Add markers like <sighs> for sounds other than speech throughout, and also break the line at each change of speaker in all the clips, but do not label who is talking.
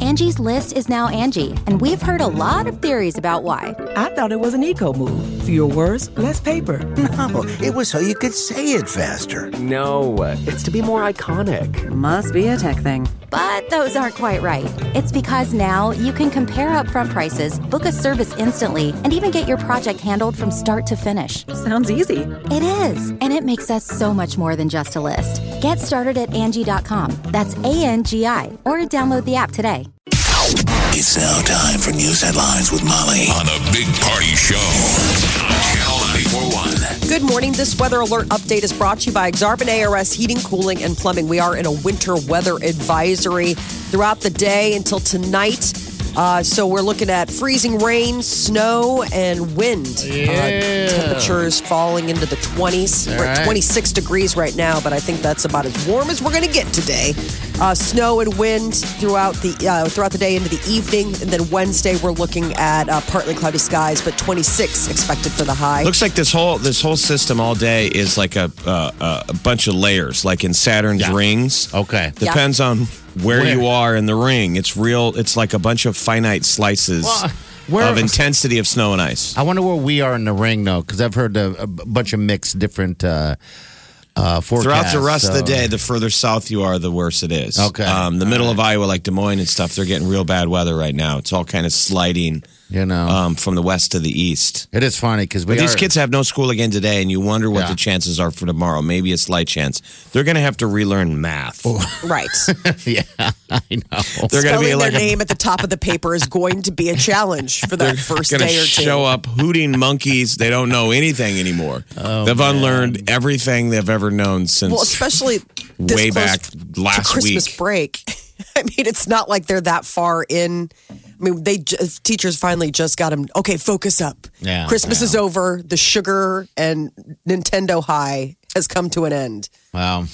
Angie's list is now Angie, and we've heard a lot of theories about why.
I thought it was an eco move. Fewer words, less paper.
No, it was so you could say it faster.
No, it's to be more iconic.
Must be a tech thing.
But those aren't quite right. It's because now you can compare upfront prices, book a service instantly, and even get your project handled from start to finish.
Sounds easy.
It is, and it makes us so much more than just a list. Get started at Angie.com. That's A N G I, or download the app today.
It's now time for news headlines with Molly on the Big Party Show on Channel 941.
Good morning. This weather alert update is brought to you by Exarban ARS Heating, Cooling, and Plumbing. We are in a winter weather advisory throughout the day until tonight. Uh, so we're looking at freezing rain, snow, and wind. Uh, temperatures falling into the 20s. we're at
right.
26 degrees right now, but I think that's about as warm as we're going to get today. Uh, snow and wind throughout the uh, throughout the day into the evening, and then Wednesday we're looking at uh, partly cloudy skies, but 26 expected for the high.
Looks like this whole this whole system all day is like a uh, a bunch of layers, like in Saturn's
Yeah.
rings.
Okay.
Depends on where,
Where?
you are in the ring. It's real. It's like a bunch of finite slices
Well, where-
of intensity of snow and ice.
I wonder where we are in the ring though, because I've heard a, a b- bunch of mixed different uh, uh,
Throughout
forecasts.
the rest of the
so-
day, the further south you are, the worse it is.
Okay.
Um, the middle of Iowa, like Des Moines and stuff, they're getting real bad weather right now. It's all kind of sliding
you know,
um, from the west to the east.
it is funny because we
But these
are-
kids have no school again today, and you wonder what
Yeah.
the chances are for tomorrow. Maybe a slight chance. They're going to have to relearn math.
Oh,
Right.
<laughs> yeah, I know.
They're going to be
Spelling
like
their
a
name at the top of the paper is going to be a challenge for that first
going to
day or two.
show up hooting monkeys. They don't know anything anymore.
Oh,
they've unlearned everything they've ever known since.
Well, especially this
way
close
back
to
last
Christmas
week.
break. <laughs> I mean, it's not like they're that far in. I mean, they just, teachers finally just got them. Okay, focus up.
Yeah,
Christmas
yeah.
is over. The sugar and Nintendo high has come to an end.
Wow,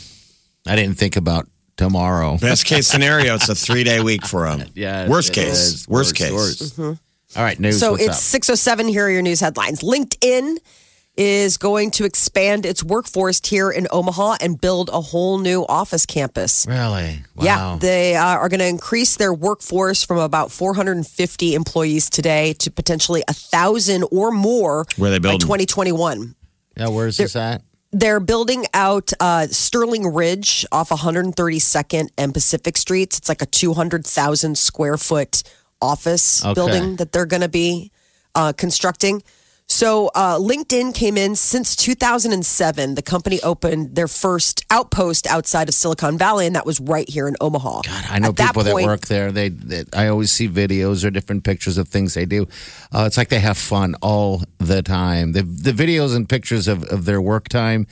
I didn't think about tomorrow.
Best case scenario, it's a three day week for
<laughs>
them.
Yeah,
Worst
it
case.
is.
Worst
Worse,
case.
worse. All right, news.
Mm-hmm. So
what's
it's
up?
607. Here are your news headlines. LinkedIn is going to expand its workforce here in Omaha and build a whole new office campus.
really
Yeah,
wow.
they uh, are going to increase their workforce from about 450 employees today to potentially a thousand or more
Where they
by
building?
2021.
yeah, where's this at?
They're building out uh, Sterling Ridge off 132nd and Pacific Streets. It's like a 200,000 square foot office
Okay.
building that they're going to be uh, constructing. So, uh, LinkedIn came in since 2007. The company opened their first outpost outside of Silicon Valley, and that was right here in Omaha.
God, I know
At
people that,
point-
work there. They, that I always see videos or different pictures of things they do. Uh, it's like they have fun all the time. The the videos and pictures of, of their work time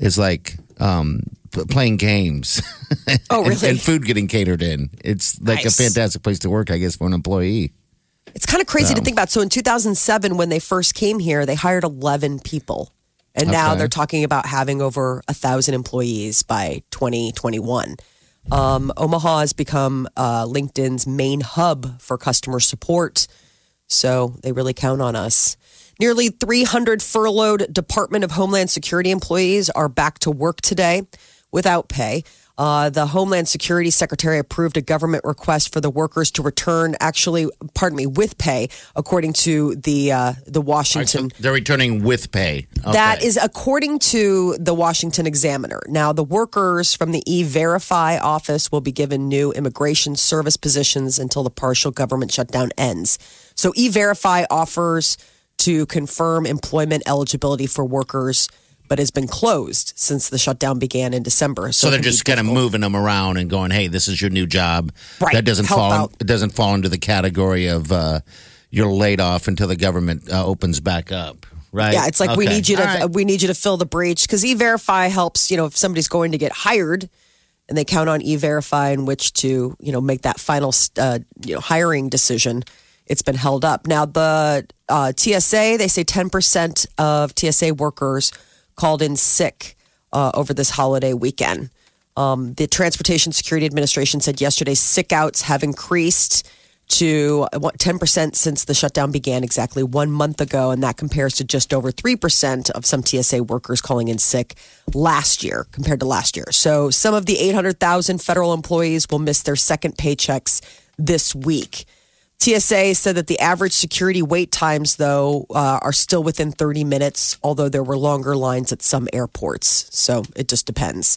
is like um, p- playing games. <laughs>
Oh,
and,
really?
and food getting catered in. It's like
Nice.
a fantastic place to work, I guess, for an employee.
It's kind of crazy to think about. So in 2007, when they first came here, they hired 11 people. And now
Okay.
they're talking about having over a 1,000 employees by 2021. Um, Omaha has become uh, LinkedIn's main hub for customer support. So they really count on us. Nearly 300 furloughed Department of Homeland Security employees are back to work today without pay. Uh, the Homeland Security Secretary approved a government request for the workers to return, actually, pardon me, with pay, according to the uh, the Washington.
They're returning with pay. Okay.
That is according to the Washington Examiner. Now, the workers from the E Verify office will be given new immigration service positions until the partial government shutdown ends. So, E Verify offers to confirm employment eligibility for workers, but has been closed since the shutdown began in December.
So
it
they're
can be
just kind of moving them around and going, "Hey, this is your new job."
Right.
That doesn't
Help
fall.
out.
It doesn't fall into the category of uh, you're laid off until the government uh, opens back up. Right.
Yeah, it's like we
Okay.
need you to
All right.
we need you to fill the breach because E-Verify helps. You know, if somebody's going to get hired, and they count on E-Verify in which to you know make that final uh, you know hiring decision, it's been held up. Now the uh, TSA they say ten percent of TSA workers called in sick uh, over this holiday weekend. Um, the Transportation Security Administration said yesterday sick outs have increased to uh, what, 10% since the shutdown began exactly one month ago. And that compares to just over 3% of some TSA workers calling in sick last year compared to last year. So some of the 800,000 federal employees will miss their second paychecks this week. TSA said that the average security wait times, though, uh, are still within 30 minutes, although there were longer lines at some airports. So it just depends.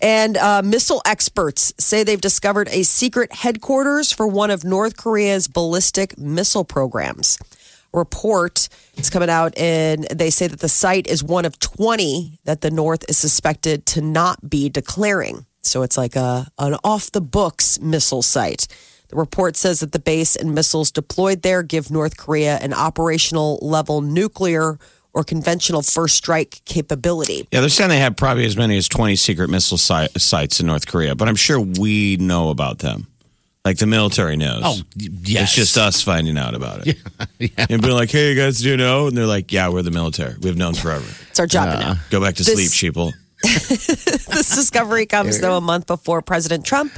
And uh, missile experts say they've discovered a secret headquarters for one of North Korea's ballistic missile programs. Report is coming out, and they say that the site is one of 20 that the North is suspected to not be declaring. So it's like a an off the books missile site. The report says that the base and missiles deployed there give North Korea an operational level nuclear or conventional first strike capability.
Yeah, they're saying they have probably as many as 20 secret missile si- sites in North Korea, but I'm sure we know about them. Like the military knows.
Oh, y- yes.
It's just us finding out
<laughs>
about it. <laughs> And being like, hey, you guys do you know? And they're like, yeah, we're the military. We've known forever.
It's our job to know.
Go back to
This-
sleep, sheeple.
This discovery comes, though, a month before President Trump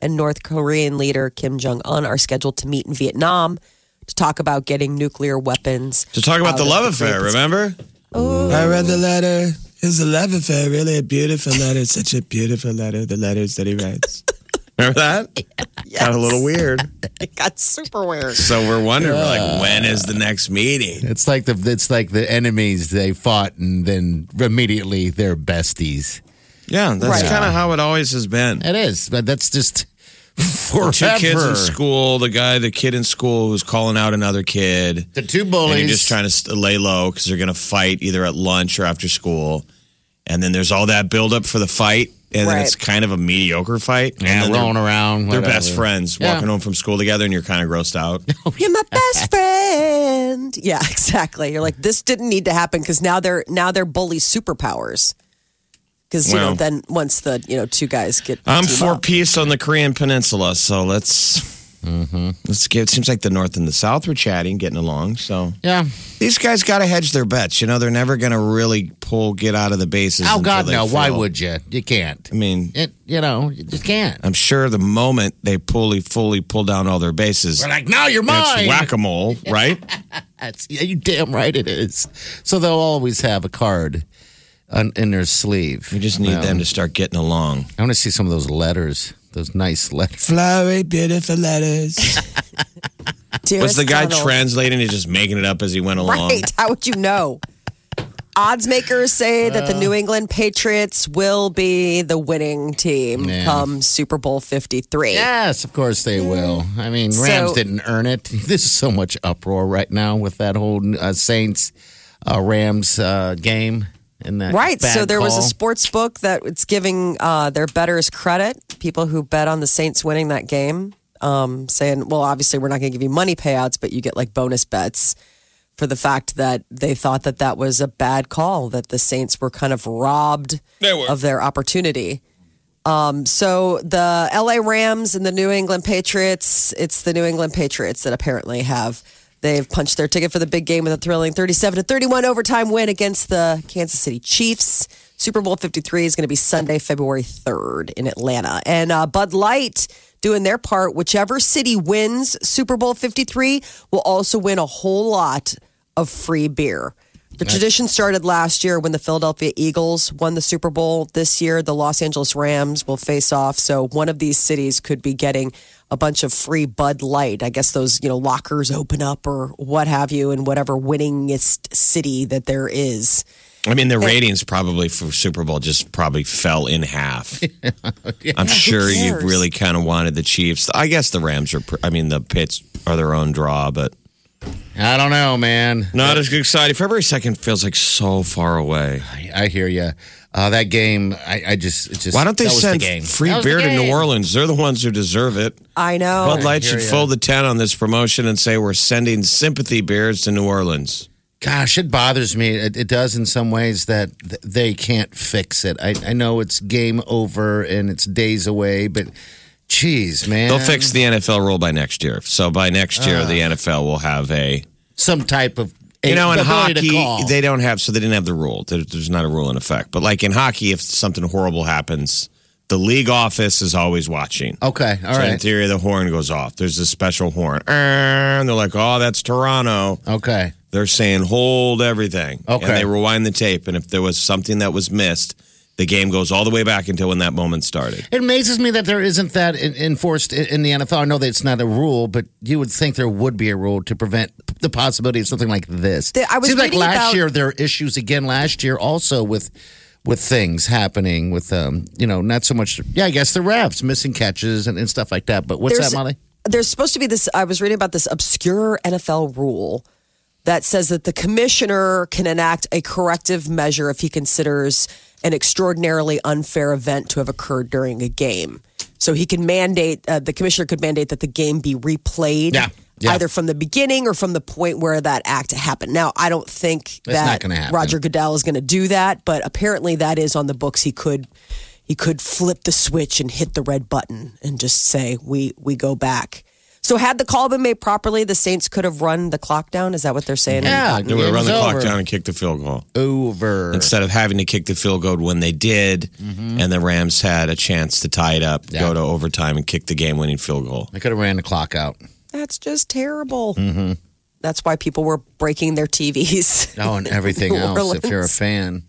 and North Korean leader Kim Jong un are scheduled to meet in Vietnam to talk about getting nuclear weapons.
To talk about
out
the
of
love affair,
Korean-
remember?
I read the letter. It's a love affair, really a beautiful letter. Such a beautiful letter. The letters that he writes.
<laughs> Remember that? Got a little weird.
<laughs> It got super
<laughs>
weird.
So we're wondering, we're like, when is the next meeting?
It's like the it's like the enemies they fought and then immediately they're besties.
Yeah, that's
Right.
kind of how it always has been.
It is, but that's just forever.
Two kids in school, the guy, the kid in school who's calling out another kid.
The two
And
bullies.
you're just trying to st- lay low because they're going to fight either at lunch or after school. And then there's all that buildup for the fight. And then
Right.
it's kind of a mediocre fight.
yeah,
and then
rolling
they're,
around.
they're
whatever.
best friends
Yeah.
walking home from school together, and you're kind of
<laughs>
grossed out.
You're my best <laughs> friend. Yeah, exactly. You're like, this didn't need to happen because now they're now they're bully superpowers. Because you know,
Well.
then once the you know two guys get,
I'm
team
for
up.
peace on the Korean Peninsula, so let's
Mm-hmm.
let's get. It seems like the North and the South were chatting, getting along. So
Yeah.
these guys got to hedge their bets. You know, they're never going to really pull get out of the bases.
Oh
until
God,
they
no! Why
fail.
would you? You can't.
I mean?
It, you know, you just can't.
I'm sure the moment they fully fully pull down all their bases,
We're like, now you're
it's
mine.
whack
<laughs>
a mole, right?
That's- yeah, you damn right it is. So they'll always have a card on, in their sleeve.
We just need them to start getting along.
I want to see some of those letters. Those nice letters.
Flowery, beautiful letters.
Was
Dearest
the guy
Donald.
translating and just making it up as he went
<laughs>
along?
Right. How would you know? Odds makers say that
Uh.
the New England Patriots will be the winning team
Yeah.
come Super Bowl 53.
Yes, of course they will. I mean, Rams
So-
didn't earn it. <laughs> This is so much uproar right now with that whole uh, Saints uh, Rams uh, game and that.
Right. So
bad
there was a
call.
sports book that it's giving uh, their betters credit, people who bet on the Saints winning that game, um, saying, well, obviously, we're not going to give you money payouts, but you get like bonus bets for the fact that they thought that that was a bad call, that the Saints were kind of robbed
They were.
of their opportunity. Um, so the LA Rams and the New England Patriots, it's the New England Patriots that apparently have. They've punched their ticket for the big game with a thrilling 37 to 31 overtime win against the Kansas City Chiefs. Super Bowl 53 is going to be Sunday, February 3rd in Atlanta. And uh, Bud Light doing their part. Whichever city wins Super Bowl 53 will also win a whole lot of free beer. The tradition started last year when the Philadelphia Eagles won the Super Bowl. This year, the Los Angeles Rams will face off. So one of these cities could be getting a bunch of free Bud Light. I guess those you know lockers open up or what have you in whatever winningest city that there is.
I mean, the ratings probably for Super Bowl just probably fell
<laughs>
in half. I'm sure you
cares?
really kind of wanted the Chiefs. I guess the Rams are. pr- I mean, the Pits are their own draw, but
I don't know, man.
not as excited. February second feels like so
<sighs>
far away.
I, I hear you. Uh, that game, I, I just, it just.
Why don't they
that was the
send
game.
free
That was the
beer to New
game.
Orleans? They're the ones who deserve it.
I know.
Bud Light
Oh, hear
should
ya.
fold the tent on this promotion and say we're sending sympathy beers to New Orleans.
Gosh, it bothers me. It, it does in some ways that th- they can't fix it. I, I know it's game over and it's days away, but geez, man,
They'll fix the NFL rule by next year. So by next year,
Ah.
the NFL will have a
some type of
you know in
ability to
hockey
call.
they don't have so they didn't have the rule. There- There's not a rule in effect. But like in hockey, if something horrible happens, the league office is always watching.
okay, all
so in
right,
theory, the horn goes off. There's a special horn, and they're like, "Oh, that's Toronto."
okay.
They're saying hold everything.
Okay.
And they rewind the tape. And if there was something that was missed,
The game goes all the way back until when that moment started.
It amazes me that there isn't that en- enforced i- in the NFL. I know that it's not a rule, but you would think there would be a rule to prevent p- the possibility of something like this.
The- I was
Seems like
reading
last
about-
year there were issues again last year also with with things happening with um you know not so much yeah I guess the refs missing catches and, and stuff like that. But what's
There's-
that, Molly?
There's supposed to be this. I was reading about this obscure NFL rule that says that the commissioner can enact a corrective measure if he considers an extraordinarily unfair event to have occurred during a game. So he can mandate, uh, the commissioner could mandate that the game be replayed
Yeah, yeah.
either from the beginning or from the point where that act happened. Now, I don't think
That's not
that
gonna happen.
Roger Goodell is going to do that, but apparently that is on the books. He could he could flip the switch and hit the red button and just say we we go back. So had the call been made properly, the Saints could have run the clock down. Is that what they're saying?
Yeah,
They would have
it
run
was
the
over.
clock down and kick the field goal
Over.
instead of having to kick the field goal when they did,
Mm-hmm.
and the Rams had a chance to tie it up, go to overtime, and kick the game-winning field goal.
I could have ran the clock out.
That's just terrible. That's why people were breaking their <laughs> TVs.
Oh, and everything
New
else. If you're a
Orleans.
fan,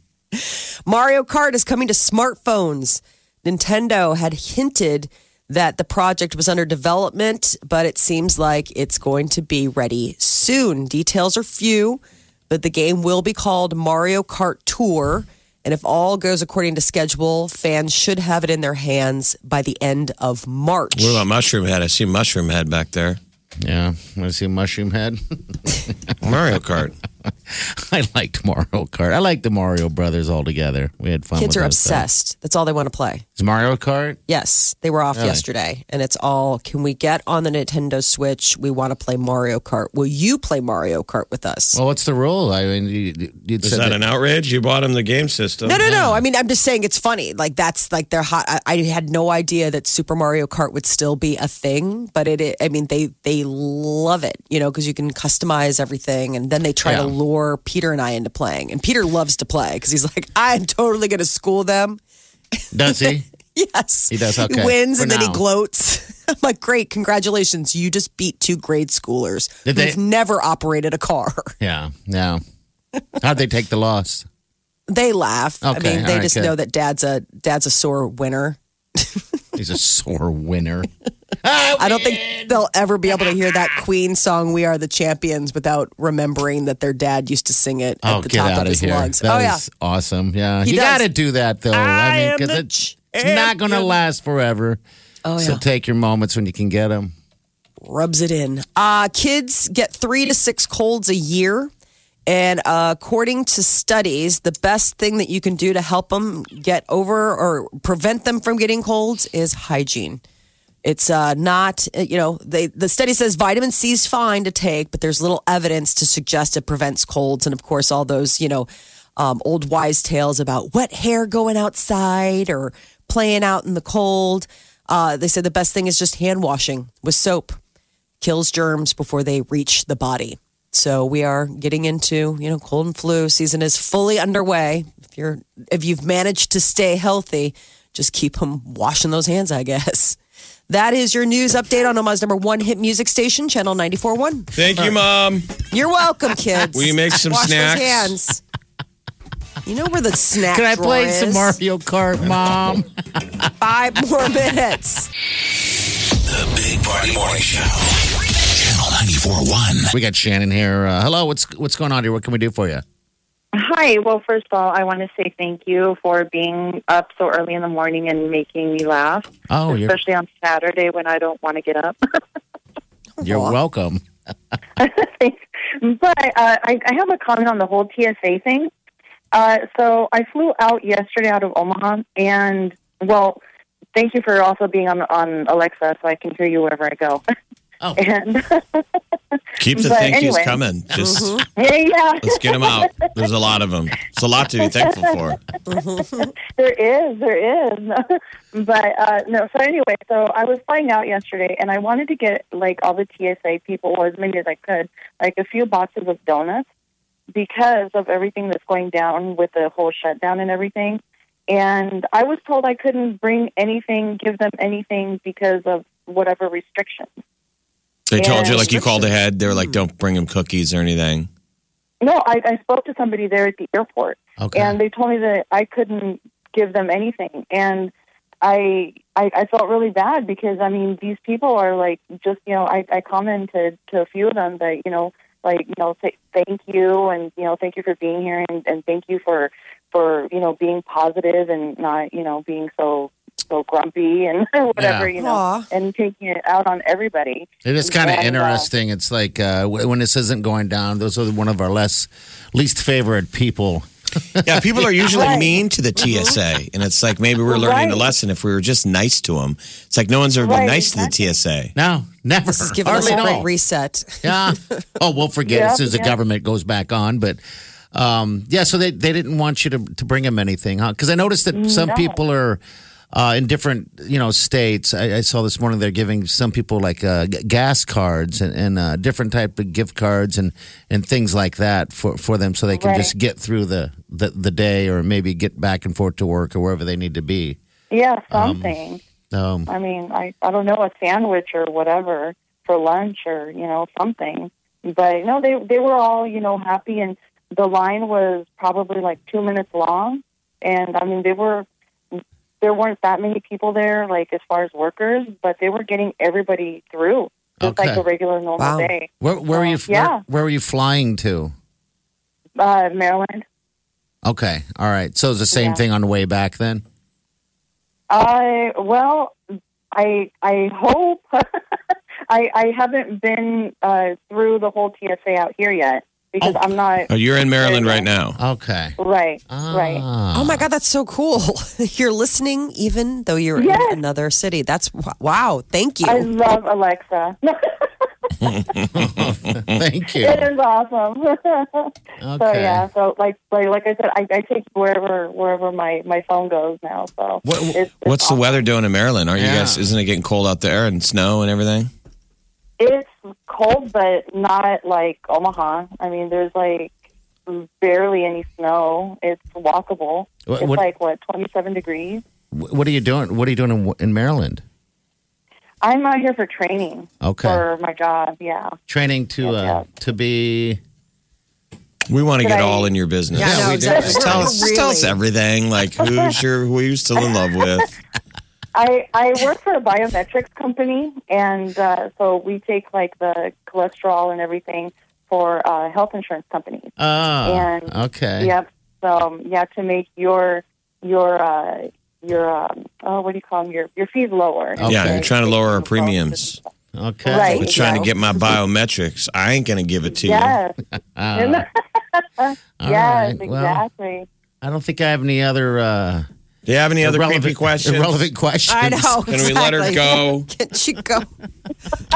Mario Kart is coming to smartphones. Nintendo had hinted that the project was under development, but it seems like it's going to be ready soon. Details are few, but the game will be called Mario Kart Tour. And if all goes according to schedule, fans should have it in their hands by the end of March.
What about Mushroom Head? I see Mushroom Head back there.
yeah, want to see a mushroom head? <laughs>
Mario Kart.
I liked Mario Kart. I liked the Mario Brothers altogether. We had fun.
Kids
with
are
those things.
obsessed. That's all they want to play.
Is Mario Kart?
Yes, they were off
Really?
yesterday, and it's all can we get on the Nintendo Switch? We want to play Mario Kart. Will you play Mario Kart with us?
Well, what's the rule? I mean, you, you
Is
said
that an outrage? You bought him the game system.
no, no, no. I mean, I'm just saying it's funny. Like that's like they're hot. I, I had no idea that Super Mario Kart would still be a thing, but it. it- I mean, they they love it, you know, because you can customize everything, and then they try to
Yeah.
lure Peter and I into playing. And Peter loves to play because he's like, I'm totally going to school them.
<laughs>
does he?
<laughs> Yes.
He does, okay.
He wins
For
and then he
now.
gloats. <laughs> I'm like, great, congratulations. You just beat two grade schoolers
Did they-
who've never operated a car. <laughs>
Yeah, yeah. How'd they take the loss?
They laugh. I
Okay,
mean, they
all right,
just
good.
know that dad's a dad's a sore winner.
He's a sore
<laughs>
winner.
I don't think they'll ever be able to hear that Queen song "We Are the Champions" without remembering that their dad used to sing it
Oh,
at the
get
top
out
of
of
his
here!
lungs.
That
oh yeah,
is awesome. Yeah,
He
you
does.
got to do that though. I, mean, because it's, it's not going to last forever.
oh yeah.
So take your moments when you can get them.
rubs it in. Uh, kids get three to six colds a year. And uh, according to studies, the best thing that you can do to help them get over or prevent them from getting colds is hygiene. It's uh, not, uh, you know, they, the study says vitamin C is fine to take, but there's little evidence to suggest it prevents colds. And of course, all those, you know, um, old wise tales about wet hair going outside or playing out in the cold. Uh, they said the best thing is just hand washing with soap, kills germs before they reach the body. So we are getting into, you know, cold and flu season is fully underway. If you're, if you've managed to stay healthy, just keep them washing those hands, I guess. That is your news update on Omaha's number one hit music station, Channel 94.1.
Thank you, Mom.
You're welcome, kids.
Will you make some
Wash
snacks?
Those hands. You know where the snack
Can I
drawer
play some
is?
Mario
<laughs>
Kart, Mom?
Five more minutes.
The Big Party Morning Show. Channel 94.1.
we got Shannon here. Uh, hello, what's what's going on here? What can we do for you?
Hi. Well, first of all, I want to say thank you for being up so early in the morning and making me laugh,
Oh, you're
especially on Saturday when I don't want to get up. <laughs>
you're welcome.
Thanks. But uh, I, I have a comment on the whole TSA thing. Uh, so I flew out yesterday out of Omaha, and well, thank you for also being on on Alexa, so I can hear you wherever I go. <laughs>
Oh.
And
<laughs> Keep the
But
thank
anyway.
yous coming. Just
yeah,
let's get them out. There's a lot of them. It's a lot to be thankful for.
<laughs> There is, there is. <laughs> but uh, no, so anyway, so I was flying out yesterday and I wanted to get like all the TSA people or as many as I could, like a few boxes of donuts because of everything that's going down with the whole shutdown and everything. And I was told I couldn't bring anything, give them anything because of whatever restrictions.
They told you,
Yeah.
like you called ahead. They were like, don't bring them cookies or anything.
No, I, I spoke to somebody there at the airport
Okay.
and they told me that I couldn't give them anything. And I, I I felt really bad because I mean these people are like just you know I, I commented to a few of them that you know like you know th- thank you and you know thank you for being here and, and thank you for for you know being positive and not you know being so so grumpy and <laughs> whatever
Yeah.
<laughs> you know and taking it out on everybody.
It is kind of
And, uh,
interesting. It's like uh, w- when this isn't going down, those are one of our less least favorite people.
Yeah, people are usually
Right. Uh-huh.
mean to the TSA, and it's like maybe we're learning a
Right.
lesson if we were just nice to them. It's like no one's ever been
Right,
nice to the TSA.
No, never.
This is giving us
Hardly
a
at
great
all.
reset.
Yeah. Oh, we'll forget
Yeah,
as soon as the
yeah.
government goes back on. But um, yeah, so they, they didn't want you to, to bring them anything, huh? Because I noticed that some
No.
people are uh, in different you know states. I, I saw this morning they're giving some people like uh, g- gas cards and, and uh, different type of gift cards and, and things like that for, for them, so they can
Right.
just get through the, the the day or maybe get back and forth to work or wherever they need to be.
Yeah, something.
Um,
I mean, I I don't know a sandwich or whatever for lunch or you know something. But no, they they were all you know happy, and the line was probably like two minutes long, and I mean they were there weren't that many people there like as far as workers, but they were getting everybody through just like
Okay.
a regular normal
Wow.
day.
where, where were you?
Uh, yeah.
Where, where were you flying to?
Uh, Maryland.
Okay, all right. So it's the same
Yeah.
thing on the way back then.
I well, I I hope I I haven't been uh, through the whole TSA out here yet because
Oh.
I'm not
Oh, you're in Maryland right now.
Okay.
right right.
Ah.
Oh my God, that's so cool. <laughs> You're listening even though you're
Yes.
in another city. That's wow. Thank you.
I love Alexa. <laughs>
Thank you.
it is awesome. <laughs> So
Okay.
yeah, so like like like I said, I, I take wherever wherever my my phone goes now. So
What,
it's- it's
what's the
awesome.
weather doing in Maryland? Aren't you
Yeah.
guys? Isn't it getting cold out there and snow and everything?
It's cold, but not like Omaha. I mean, there's like barely any snow. It's walkable.
What-
it's
what-
like what 27 degrees.
Wh- What are you doing? What are you doing in, in Maryland?
I'm out here for training
Okay.
for my job. Yeah,
Training to uh,
Yeah.
to be.
We want to
Did
get
I-
all in your business.
Yeah,
no,
we do.
exactly.
Just tell us, just tell us everything. Like who's your who you still in love with?
I I work for a biometrics company, and uh, so we take like the cholesterol and everything for uh, health insurance companies.
Oh,
And-
okay.
Yep. So um, yeah, to make your your uh, your um, oh, what do you call them? Your your fees lower.
Okay.
Yeah, you're trying to lower our premiums.
Okay.
Right.
We're trying to
Yeah.
get my biometrics. I ain't gonna give it to you.
<laughs>
Yes. <laughs>
Uh, all
yes,
right. Well,
exactly.
I don't think I have any other uh,
Do you have any other creepy questions?
Irrelevant questions.
I know.
Can we let her
exactly.
go?
Can she go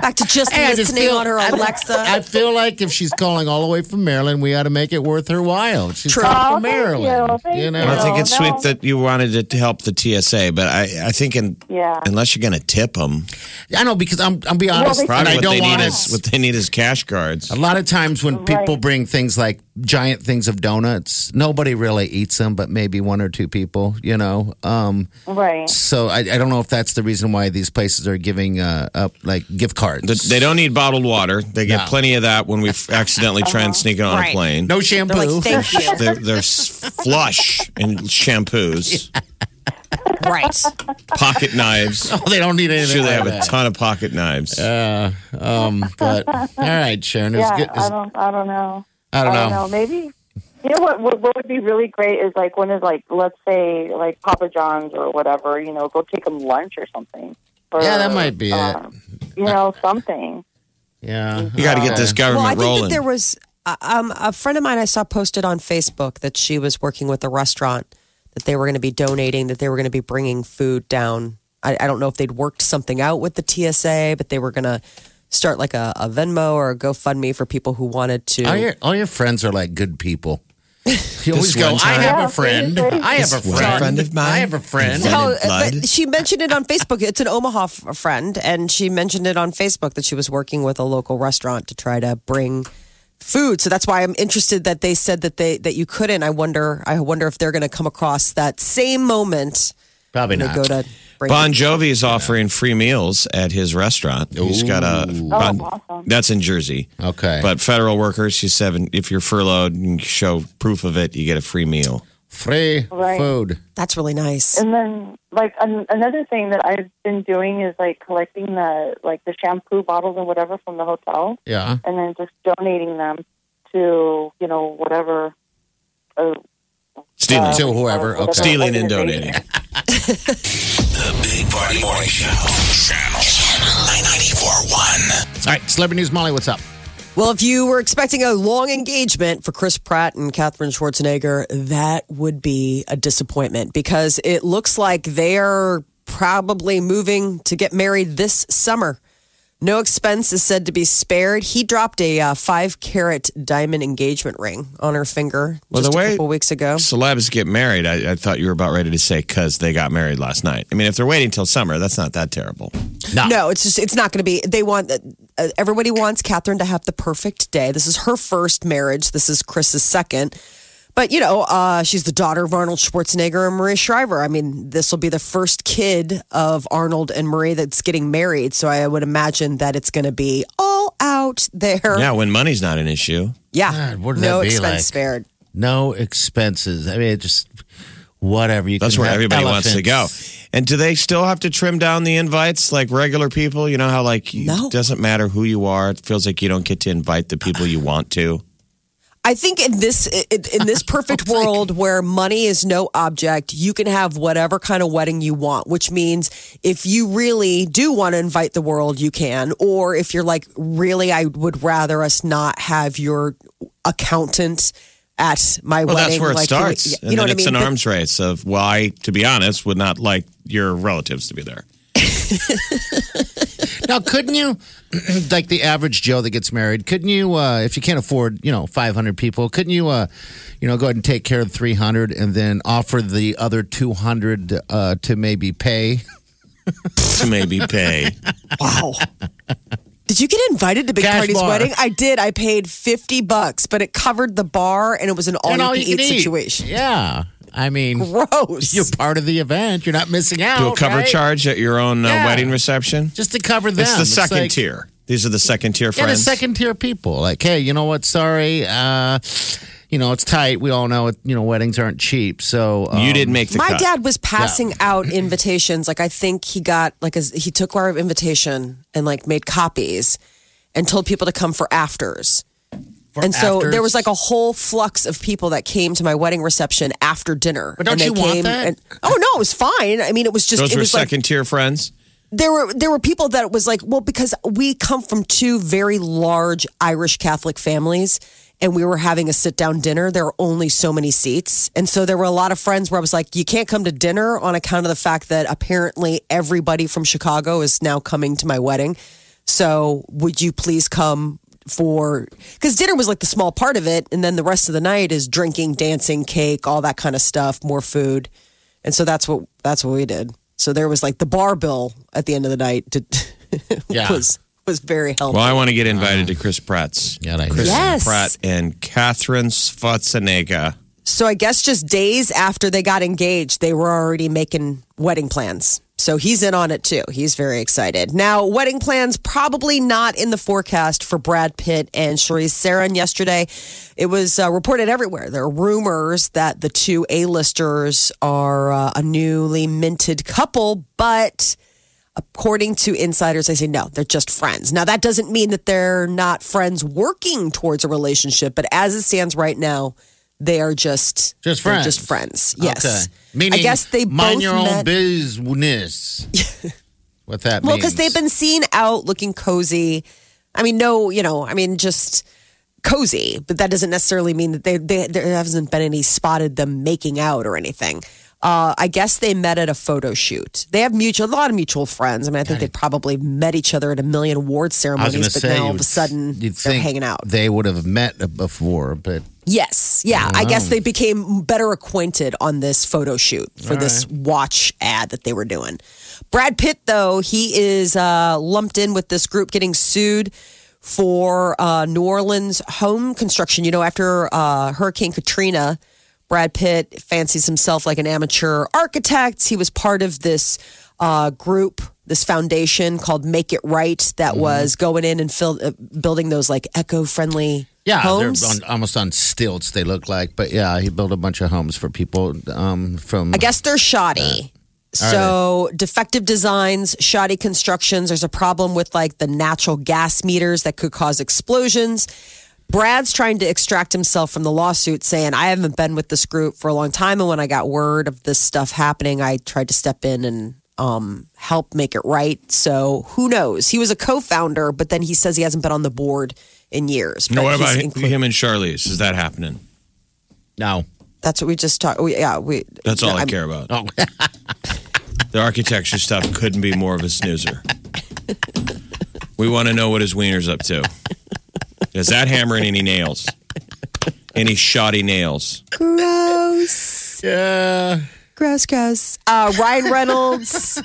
back to just
Hey, I just
listening
feel-
on her Alexa?
I feel like if she's calling all the way from Maryland, we ought to make it worth her while. She's
True.
calling
Oh,
from
thank you,
Maryland.
thank you.
I
know.
don't think it's
No,
sweet
no.
that you wanted it to help the TSA, but I, I think in,
Yeah.
unless you're going to tip them,
I know because I'm. I'll be honest.
they-
and
probably
I
what
don't
they
want
need
to
is what they need is cash cards.
A lot of times when
Right.
people bring things like giant things of donuts, nobody really eats them, but maybe one or two people, you know. Um,
Right.
so I, I don't know if that's the reason why these places are giving uh, up like gift cards.
Th- They don't need bottled water. They get
No.
plenty of that when we f- accidentally try and sneak it on a plane.
no shampoo.
They're like,
<laughs>
thank you.
They're, they're s- flush in shampoos,
<laughs>
right.
pocket knives.
oh, they don't need anything.
Sure, they
like
have a
that.
ton of pocket knives.
Um, but all right, Sharon. It was
Yeah.
good.
I don't. I don't know.
I don't know.
Maybe. You know what, what? What would be really great is like when is like let's say like Papa John's or whatever. You know, go take them lunch or something. Or,
Yeah, that might be
uh, You know, something.
yeah,
you got to
Oh.
get this
Well, I
government
think that
rolling.
there was uh, um, a friend of mine I saw posted on Facebook that she was working with a restaurant that they were going to be donating, that they were going to be bringing food down. I, I don't know if they'd worked something out with the TSA, but they were going to start like a, a Venmo or a GoFundMe for people who wanted to.
All your all your friends are like
<laughs>
good people. You
This
always go.
one
I
time-
have
Yeah,
a friend. I have a
one
friend.
friend of mine.
I have a friend.
Yeah.
No,
in blood.
uh, but she mentioned it on Facebook. It's an Omaha f- friend, and she mentioned it on Facebook that she was working with a local restaurant to try to bring food. So that's why I'm interested that they said that they that you couldn't. I wonder. I wonder if they're going to come across that same moment
Probably
when they
not.
go to bring.
Bon Jovi is offering free meals at his restaurant. He's got a. Bon-
awesome.
That's in Jersey.
Okay.
But federal workers, you said if you're furloughed and you show proof of it, you get a free meal.
Free
Right.
food.
That's really nice.
And then, like an, another thing that I've been doing is like collecting the like the shampoo bottles and whatever from the hotel,
Yeah.
and then just donating them to you know whatever. Uh,
Stealing.
Uh,
To whoever.
whatever
Okay.
Stealing and
organization.
donating.
The Big Party Morning Show. Channel 941.
All right. Celebrity News Molly, what's up?
Well, if you were expecting a long engagement for Chris Pratt and Katherine Schwarzenegger, that would be a disappointment because it looks like they're probably moving to get married this summer. No expense is said to be spared. He dropped a uh, five carat diamond engagement ring on her finger
Well,
just
the
a
way-
couple weeks ago.
Celebs get married. I, I thought you were about ready to say because they got married last night. I mean, if they're waiting till summer, that's not that terrible.
No, it's just it's not going to be. They want uh, everybody wants Catherine to have the perfect day. This is her first marriage. This is Chris's second. But you know, uh, she's the daughter of Arnold Schwarzenegger and Maria Shriver. I mean, this will be the first kid of Arnold and Maria that's getting married. So I would imagine that it's going to be all out there.
Yeah, when money's not an issue.
Yeah.
God, what would
no
that be
expense
like?
spared.
No expenses. I mean, it just whatever. You
That's
can
where
have
everybody wants to go.
elephants.
And do they still have to trim down the invites like regular people? You know how like you-
No.
it doesn't matter who you are. It feels like you don't get to invite the people you want to.
I think in this in, in this perfect world where money is no object, you can have whatever kind of wedding you want. Which means if you really do want to invite the world, you can. Or if you're like, really, I would rather us not have your accountant at my
Well,
wedding.
that's where it
like, can we-
starts.
You
and
know
then
what I
it's
mean?
an
But-
arms race of, well, I, to be honest, would not like your relatives to be there.
Now, couldn't you, <clears throat> like the average Joe that gets married, couldn't you, uh, if you can't afford, you know, 500 people, couldn't you, uh, you know, go ahead and take care of 300 and then offer the other 200 uh, to maybe pay?
To
<laughs>
maybe pay.
Wow. Did you get invited to Big
Cash
Party's
bar.
wedding? I did. I paid fifty bucks, but it covered the bar and it was an all,
And all
you can eat, situation. <laughs>
Yeah. I mean,
Gross.
you're part of the event. You're not missing out.
Do a cover
right?
charge at your own uh,
Yeah.
wedding reception.
Just to cover them.
It's the second
like-
tier. These are the second tier
Yeah, the
friends.
second tier people. Like, hey, you know what? Sorry. Uh, you know, it's tight. We all know it. You know, weddings aren't cheap. So um,
you didn't make the
my
cut.
dad was passing out invitations like i think he got like a, he took our invitation and like made copies and told people to come for afters and so
afters?
there was like a whole flux of people that came to my wedding reception after dinner
But don't
and they
you want
came
that?
and oh no it was fine i mean it was just
Those
it
were
was like
second tier friends.
there were there were people that was like, well, because we come from two very large Irish Catholic families, and we were having a sit down dinner. There were only so many seats, and so there were a lot of friends where I was like, you can't come to dinner on account of the fact that apparently everybody from Chicago is now coming to my wedding. So would you please come? For because dinner was like the small part of it, and then the rest of the night is drinking, dancing, cake, all that kind of stuff, more food. And so that's what that's what we did. So there was like the bar bill at the end of the night to, <laughs>
Yeah.
was was very healthy.
Well, I want to get invited to Chris Pratt's.
Yeah, I-
Chris
Yes.
Pratt and Catherine Schwarzenegger.
So I guess just days after they got engaged, they were already making wedding plans. So he's in on it too. He's very excited. Now, wedding plans probably not in the forecast for Brad Pitt and Charlize Theron yesterday. It was uh, reported everywhere. There are rumors that the two A-listers are uh, a newly minted couple, but according to insiders, they say no, they're just friends. Now, that doesn't mean that they're not friends working towards a relationship, but as it stands right now, they are just
Just
they're
friends.
Just friends. Yes.
Okay. Meaning,
I guess they
mind
both
your own
met. <laughs>
business. what that
well,
means?
because they've been seen out looking cozy. I mean, no, you know, I mean, just cozy, but that doesn't necessarily mean that they, they there hasn't been any spotted them making out or anything. Uh, I guess they met at a photo shoot. They have mutual, a lot of mutual friends. I mean, I think they probably met each other at a million award
I was
ceremonies,
going to
but
say,
now
you
all of
would-
a sudden
you'd
they're
think
hanging out.
They would have met before, but
Yes. Yeah. I guess they became better acquainted on this photo shoot for this watch ad that they were doing. Brad Pitt, though, he is uh, lumped in with this group getting sued for uh, New Orleans home construction. You know, after uh, Hurricane Katrina, Brad Pitt fancies himself like an amateur architect. He was part of this uh, group, this foundation called Make It Right, that
Mm-hmm.
was going in and fill, uh, building those like eco friendly
Yeah,
homes.
they're on, almost on stilts. They look like, but yeah, he built a bunch of homes for people um, from.
I guess they're shoddy.
Are
So defective designs, shoddy constructions. There's a problem with like the natural gas meters that could cause explosions. Brad's trying to extract himself from the lawsuit, saying, I haven't been with this group for a long time. And when I got word of this stuff happening, I tried to step in and um, help make it right. So who knows? He was a co founder, but then he says he hasn't been on the board in years.
No,
But
what about
he's
him,
included.
him and Charlize? Is that happening?
No,
That's what we just talked. we- Yeah, we.
That's all I
I'm-
care
<laughs>
about.
oh,
The architecture stuff couldn't be more of a snoozer. We want to know what his wiener's up to. Is that hammering any nails? Any shoddy nails?
Gross.
yeah,
Gross, gross. Uh, Ryan Reynolds,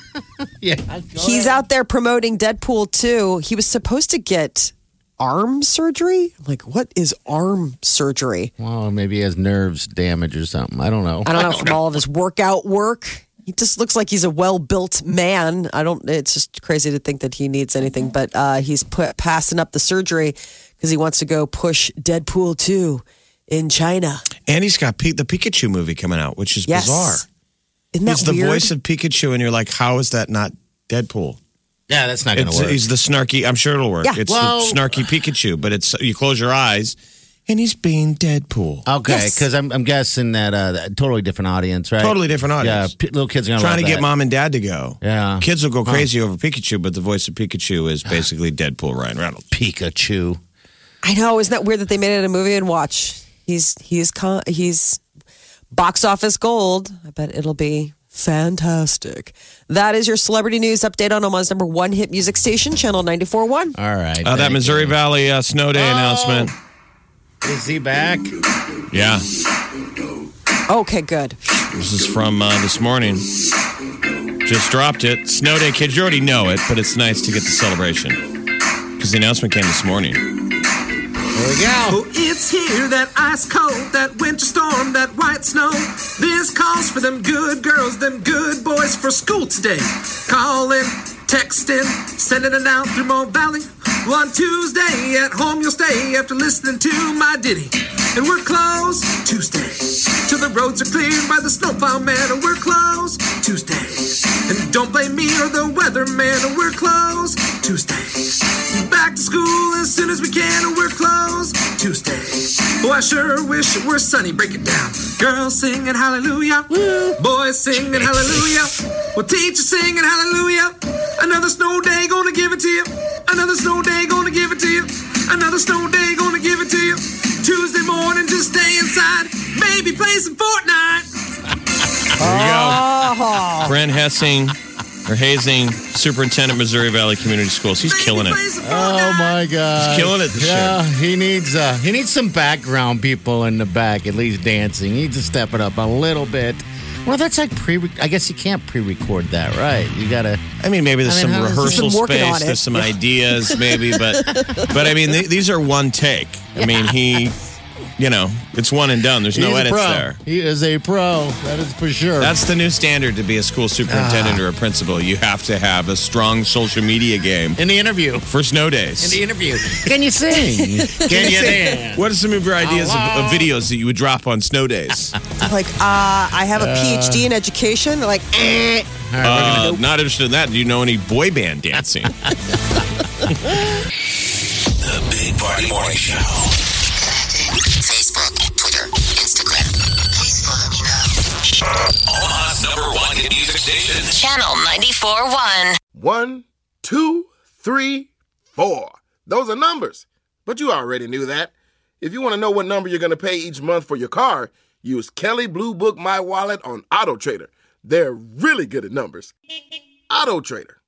yeah.
he's out there promoting Deadpool 2. He was supposed to get arm surgery. I'm like, what is arm surgery?
Well, maybe he has nerves damage or something. I don't know.
I don't know from all of his workout work. He just looks like he's a well-built man. I don't. It's just crazy to think that he needs anything, but uh, he's put, passing up the surgery because he wants to go push Deadpool 2 in China.
And he's got P- the Pikachu movie coming out, which is
Yes,
bizarre.
Isn't that
he's the
weird?
voice of Pikachu, and you're like, how is that not Deadpool?
Yeah, that's not going to
It's,
work.
he's the snarky. I'm sure it'll work.
Yeah.
It's
Well-
the snarky Pikachu, but it's you close your eyes, and he's being Deadpool.
Okay,
Yes.
because I'm, I'm guessing that uh, that- totally different audience, right?
Totally different audience.
Yeah, p- little kids are gonna
Trying to
love
get
that.
mom and dad to go.
Yeah.
Kids will go crazy over Pikachu, but the voice of Pikachu
<sighs>
is basically Deadpool Ryan Reynolds.
Pikachu.
I know. Isn't that weird that they made it a movie and watch? He's he's con- he's box office gold. I bet it'll be fantastic. That is your celebrity news update on Omaha's number one hit music station, Channel 94.1.
All right.
Uh, that
thank
Missouri Valley uh, snow
Oh.
day announcement.
you. Is he back?
Yeah.
Okay, good.
This is from uh, this morning. Just dropped it. Snow day, kids. You already know it, but it's nice to get the celebration because the announcement came this morning.
Here we go.
It's here, that ice cold, that winter storm, that white snow. This calls for them good girls, them good boys for school today. Calling, texting, sending it out through Mo Valley. One Tuesday at home you'll stay after listening to my ditty. And we're closed Tuesday. Till the roads are cleared by the snowplow man, and we're closed Tuesday. And don't blame me or the weather man, and we're closed Tuesday. Back to school as soon as we can, and we're closed Tuesday. Oh, I sure wish it were sunny. Break it down. Girls singing hallelujah. Boys singing hallelujah. Well, teachers singing hallelujah. Another snow day, gonna give it to you. Another snow day, gonna give it to you. Another snow day, gonna give it to you. Tuesday morning, just stay inside. Maybe play some Fortnite.
Here we go. Brent Hessing or Hazing, Superintendent, Missouri Valley Community Schools. He's
Maybe
killing
play
it.
some
Oh
Fortnite.
my God!
He's killing it this
yeah, he needs uh, he needs some background people in the back at least dancing. He needs to step it up a little bit. Well, that's like pre. I guess you can't pre-record that, right? You gotta.
I mean, maybe there's
I mean,
some
how is-
rehearsal
He's been working
space.
on it.
There's some ideas, maybe, but but I mean, th- these are one take. I mean, he, you know, it's one and done. There's no
He's a
edits
pro.
there.
He is a pro. That is for sure.
That's the new standard to be a school
Ah.
superintendent or a principal. You have to have a strong social media game
in the interview.
for snow days.
interview. Can
<laughs>
you sing? Can <laughs> you dance?
What are some of your ideas of,
Hello?
of videos that you would drop on snow days?
Like, uh, I have a PhD in education. They're like, eh.
All right, we're gonna-
Uh, not interested in that. Do you know any boy band dancing?
The Big Party Morning Show.
Facebook, Twitter, Instagram. Please follow me now.
Omaha's number one hit music station.
Channel 94.1.
One, two, three, four. Those are numbers, but you already knew that. If you want to know what number you're going to pay each month for your car, use Kelly Blue Book My Wallet on Auto Trader. They're really good at numbers. Auto Trader.